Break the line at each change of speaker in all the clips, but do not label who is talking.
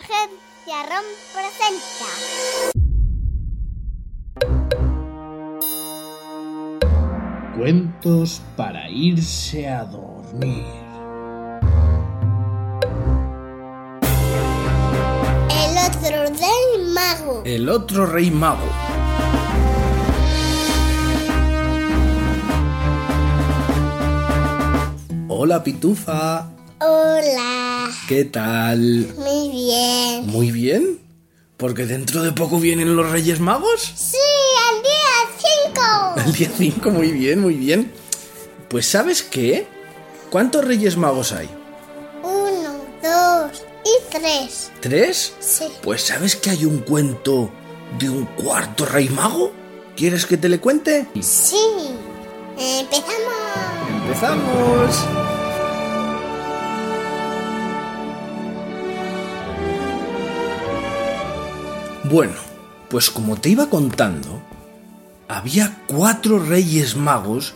Agencia Rom presenta.
Cuentos para irse a dormir.
El otro del mago.
El otro rey mago. Hola Pitufa,
Hola.
¿qué tal?
Muy bien.
¿Muy bien? ¿Porque dentro de poco vienen los Reyes Magos?
Sí, al día 5.
El día 5, muy bien, muy bien. Pues ¿sabes qué? ¿Cuántos Reyes Magos hay?
Uno, dos y tres.
¿Tres?
Sí.
Pues ¿sabes que hay un cuento de un cuarto rey mago? ¿Quieres que te le cuente?
Sí. Empezamos.
¡Empezamos! Bueno, pues como te iba contando, había cuatro reyes magos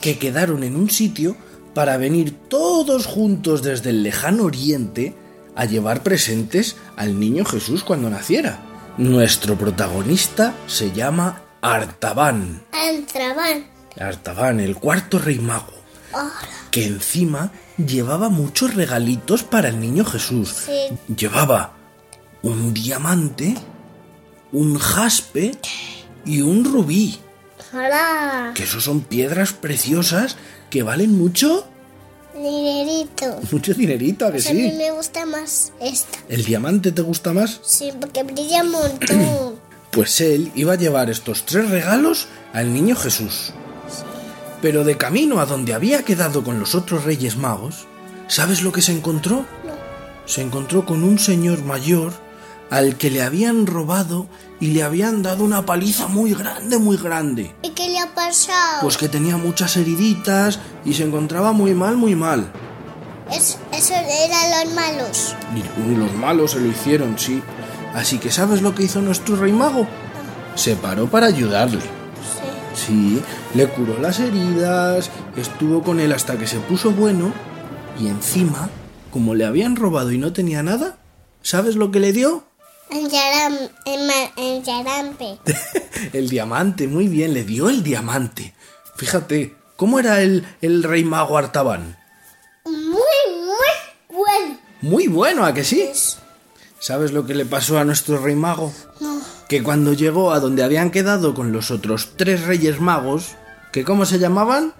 que quedaron en un sitio para venir todos juntos desde el lejano oriente a llevar presentes al niño Jesús cuando naciera. Nuestro protagonista se llama Artaban.
Entraban.
Artaban, el cuarto rey mago, que encima llevaba muchos regalitos para el niño Jesús.
Sí.
Llevaba un diamante, un jaspe y un rubí,
Hola.
que esos son piedras preciosas que valen mucho,
Dinerito.
mucho dinerito, ¿a que
A mí
sí?
me gusta más esta.
¿El diamante te gusta más?
Sí, porque brilla un montón.
Pues él iba a llevar estos tres regalos al niño Jesús. Pero de camino a donde había quedado con los otros reyes magos, ¿sabes lo que se encontró? Se encontró con un señor mayor al que le habían robado y le habían dado una paliza muy grande, muy grande.
¿Y qué le ha pasado?
Pues que tenía muchas heriditas y se encontraba muy mal, muy mal.
Es- eso eran los malos.
Y los malos se lo hicieron, sí. Así que ¿sabes lo que hizo nuestro rey mago? Se paró para ayudarle.
Sí.
Sí, le curó las heridas, estuvo con él hasta que se puso bueno y encima, como le habían robado y no tenía nada, ¿sabes lo que le dio?
En, Yaram, en, Ma- en Yarampe.
El diamante, muy bien, le dio el diamante. Fíjate, ¿cómo era el, el rey mago Artaban?
Muy, muy bueno.
Muy bueno, ¿a que sí? ¿Sabes lo que le pasó a nuestro rey mago?
No.
Que cuando llegó a donde habían quedado con los otros tres reyes magos, que cómo se llamaban?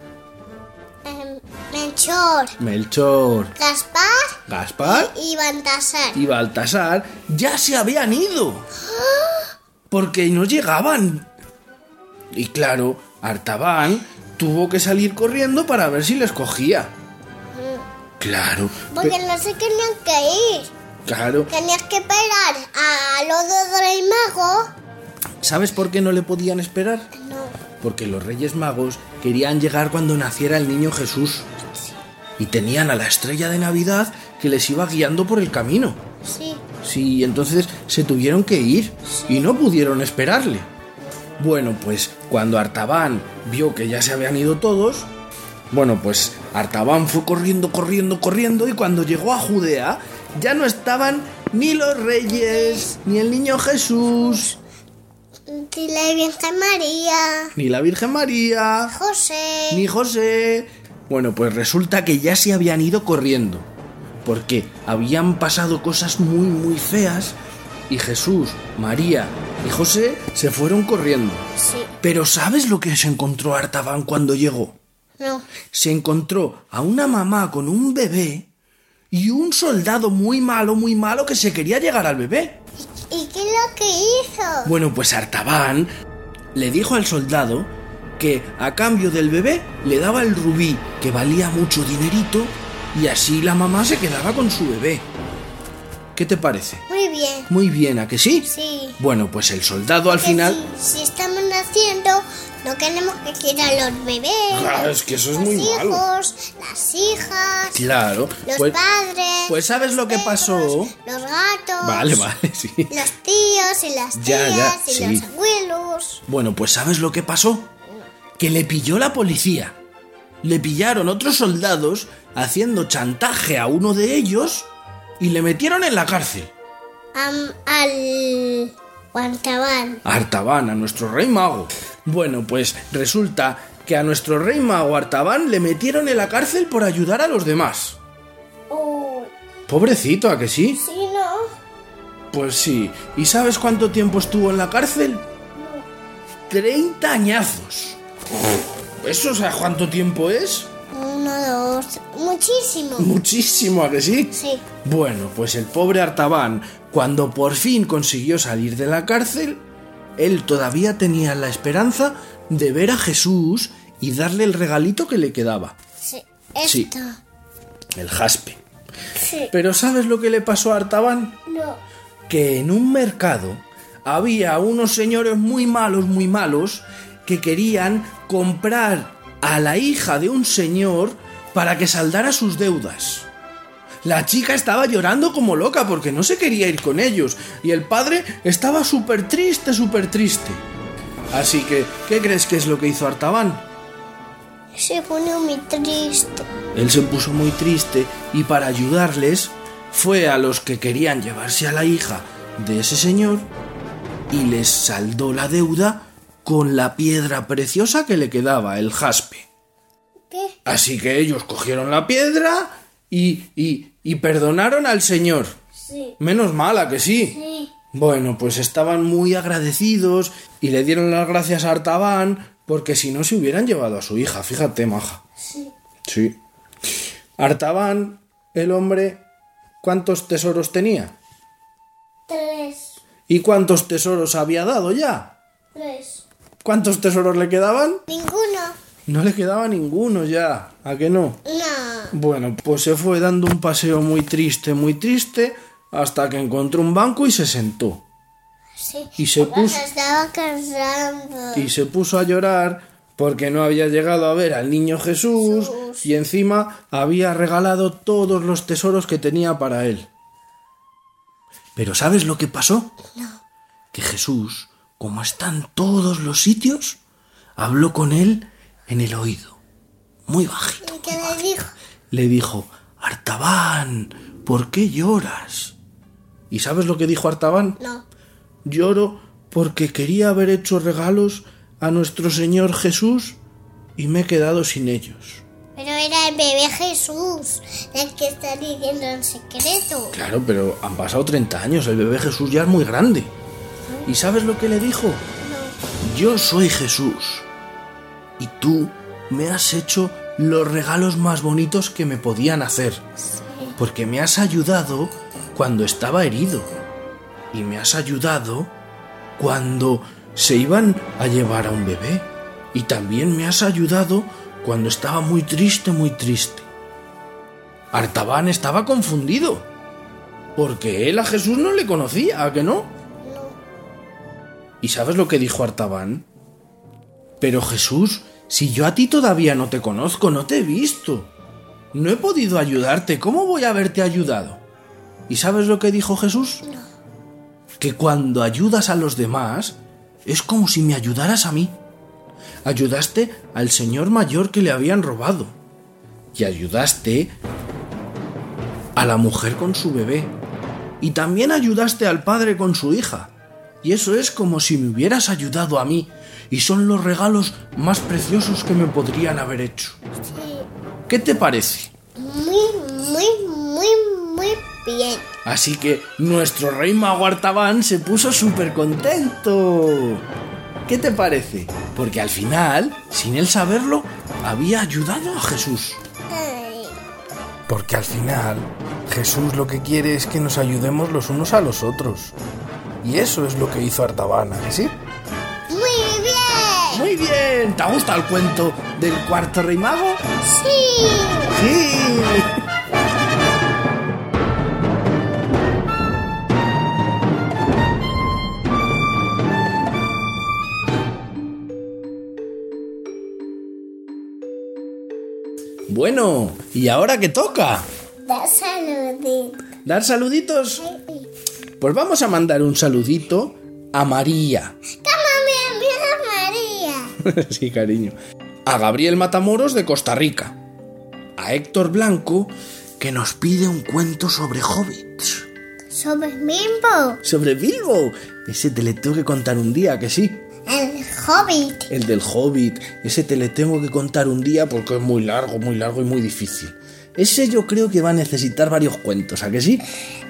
Em, Melchor,
Melchor,
Gaspar
Gaspar
y Baltasar.
¿Ah? y Baltasar ya se habían ido. Porque no llegaban. Y claro, Artaban tuvo que salir corriendo para ver si les cogía. Claro, pe-
Porque no se tenían que ir.
claro.
Tenías que esperar a los dos rey magos.
¿Sabes por qué no le podían esperar?
No.
Porque los Reyes Magos querían llegar cuando naciera el niño Jesús. Y tenían a la estrella de Navidad que les iba guiando por el camino.
Sí.
Sí, entonces se tuvieron que ir y no pudieron esperarle. Bueno, pues cuando Artaban vio que ya se habían ido todos, bueno, pues Artaban fue corriendo, corriendo, corriendo y cuando llegó a Judea ya no estaban ni los reyes, ni el niño Jesús,
Dile Virgen María.
ni la Virgen María,
José.
ni José. Bueno, pues resulta que ya se habían ido corriendo, porque habían pasado cosas muy, muy feas y Jesús, María y José se fueron corriendo.
Sí.
Pero ¿sabes lo que se encontró Artaban cuando llegó?
No.
Se encontró a una mamá con un bebé y un soldado muy malo, muy malo que se quería llegar al bebé.
¿Y qué es lo que hizo?
Bueno, pues Artaban le dijo al soldado que a cambio del bebé le daba el rubí, que valía mucho dinerito, y así la mamá se quedaba con su bebé. ¿Qué te parece?
Muy bien.
Muy bien, ¿a que sí?
Sí.
Bueno, pues el soldado al
Que
final...
Si, si estamos naciendo, no queremos que quieran los bebés.
Claro, Ah, es que eso es
los
muy malo.
hijos, las hijas,
Claro,
los
pues,
padres.
pues ¿sabes lo que
los
pasó?
perros, Los gatos.
Vale, vale, sí.
Los tíos y las
Ya,
tías
ya,
y
sí.
los abuelos.
Bueno, pues ¿sabes lo que pasó? Que le pilló la policía. Le pillaron otros soldados haciendo chantaje a uno de ellos y le metieron en la cárcel.
am- al guantabán.
Artaban, a nuestro rey mago. Bueno, pues resulta que a nuestro rey mago Artaban le metieron en la cárcel por ayudar a los demás.
Oh,
Pobrecito, ¿a que sí?
sí, no.
Pues sí. ¿Y sabes cuánto tiempo estuvo en la cárcel? 30 añazos. ¿Eso sabes cuánto tiempo es?
Uno, dos, muchísimo.
Muchísimo, ¿a que sí?
Sí.
Bueno, pues el pobre Artaban, cuando por fin consiguió salir de la cárcel, él todavía tenía la esperanza de ver a Jesús y darle el regalito que le quedaba,
Sí.
Sí.
Esto.
el jaspe.
Sí.
Pero ¿sabes lo que le pasó a Artaban?
No.
que en un mercado había unos señores muy malos, muy malos, que querían comprar a la hija de un señor para que saldara sus deudas. La chica estaba llorando como loca porque no se quería ir con ellos y el padre estaba súper triste, súper triste. Así que, ¿qué crees que es lo que hizo Artaban?
Se pone muy triste.
Él se puso muy triste y para ayudarles fue a los que querían llevarse a la hija de ese señor y les saldó la deuda con la piedra preciosa que le quedaba, el jaspe.
¿Qué?
Así que ellos cogieron la piedra y, y, y perdonaron al señor.
Sí.
Menos mala que sí.
Sí.
Bueno, pues estaban muy agradecidos y le dieron las gracias a Artaban porque si no se hubieran llevado a su hija, fíjate, maja.
Sí.
Sí. Artaban, el hombre, ¿cuántos tesoros tenía?
Tres.
¿Y cuántos tesoros había dado ya?
Tres.
¿Cuántos tesoros le quedaban?
Ninguno.
No le quedaba ninguno ya, ¿a qué no?
No.
Bueno, pues se fue dando un paseo muy triste, muy triste, hasta que encontró un banco y se sentó.
Sí.
Y se
Papá
puso-
estaba cansando.
Y se puso a llorar porque no había llegado a ver al niño Jesús y encima había regalado todos los tesoros que tenía para él. Pero ¿sabes lo que pasó? Que Jesús, como está en todos los sitios, habló con él en el oído, muy bajito.
¿Y qué le dijo?
Le dijo, Artabán, ¿por qué lloras? ¿Y sabes lo que dijo Artabán?
No.
Lloro porque quería haber hecho regalos a nuestro Señor Jesús y me he quedado sin ellos.
Pero era el bebé Jesús el que está diciendo en secreto.
Claro, pero han pasado 30 años, el bebé Jesús ya es muy grande. ¿Y sabes lo que le dijo? Yo soy Jesús y tú me has hecho los regalos más bonitos que me podían hacer, porque me has ayudado cuando estaba herido y me has ayudado cuando se iban a llevar a un bebé y también me has ayudado cuando estaba muy triste, muy triste. Artaban estaba confundido, porque él a Jesús no le conocía, ¿a que no? ¿Y sabes lo que dijo Artaban? Pero Jesús, si yo a ti todavía no te conozco, no te he visto. No he podido ayudarte, ¿cómo voy a haberte ayudado? ¿Y sabes lo que dijo Jesús? Que cuando ayudas a los demás, es como si me ayudaras a mí. Ayudaste al señor mayor que le habían robado. Y ayudaste a la mujer con su bebé. Y también ayudaste al padre con su hija. Y eso es como si me hubieras ayudado a mí. Y son los regalos más preciosos que me podrían haber hecho.
Sí.
¿Qué te parece?
Muy, muy, muy, muy bien.
Así que nuestro rey mago Artaban se puso súper contento. ¿Qué te parece? Porque al final, sin él saberlo, había ayudado a Jesús.
Ay,
Porque al final, Jesús lo que quiere es que nos ayudemos los unos a los otros. Y eso es lo que hizo Artaban, ¿a que sí?
Muy bien.
Muy bien, ¿te ha gustado el cuento del cuarto rey mago?
Sí.
Sí. Bueno, ¿y ahora qué toca?
Da saludito.
¿Dar saluditos? Pues vamos a mandar un saludito a María.
¿Cómo me envía María?
sí, cariño. A Gabriel Matamoros de Costa Rica. A Héctor Blanco, que nos pide un cuento sobre hobbits.
sobre Mimbo,
Sobre Bilbo. Ese te le tengo que contar un día, que sí.
el hobbit.
El del Hobbit. Ese te le tengo que contar un día porque es muy largo, muy largo y muy difícil. Ese yo creo que va a necesitar varios cuentos, ¿a que sí?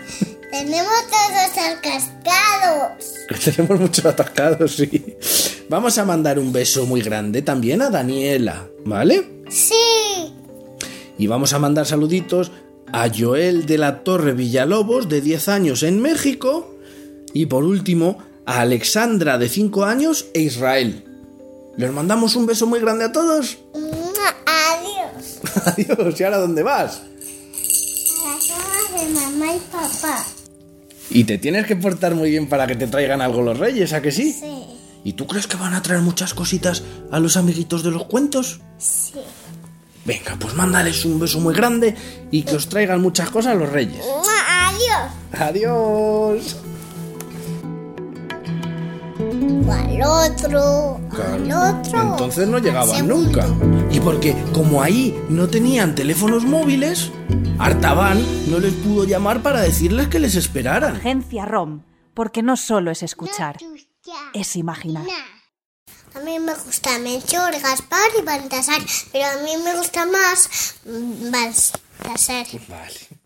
Tenemos todos arcascados.
Que tenemos muchos atascados, sí. Vamos a mandar un beso muy grande también a Daniela, ¿vale?
Sí,
Y vamos a mandar saluditos a Joel de la Torre Villalobos, de 10 años en México. Y por último, a Alexandra, de 5 años, e Israel. Les mandamos un beso muy grande a todos.
Mua, adiós.
Adiós, ¿y ahora dónde vas?
A la cama de mamá y papá.
Y te tienes que portar muy bien para que te traigan algo los reyes, ¿a que sí?
Sí,
¿Y tú crees que van a traer muchas cositas a los amiguitos de los cuentos?
sí.
Venga, pues mándales un beso muy grande y que os traigan muchas cosas los reyes.
Mua, adiós.
Adiós.
O al otro, al otro.
Entonces no llegaban
Segundo.
nunca. Y porque como ahí no tenían teléfonos móviles, Artaban no les pudo llamar para decirles que les esperaran.
Agencia ROM, porque no solo es escuchar,
Chucha.
es imaginar.
A mí me gusta Melchor, Gaspar y Baltasar, pero a mí me gusta más mm, Baltasar.
Vale.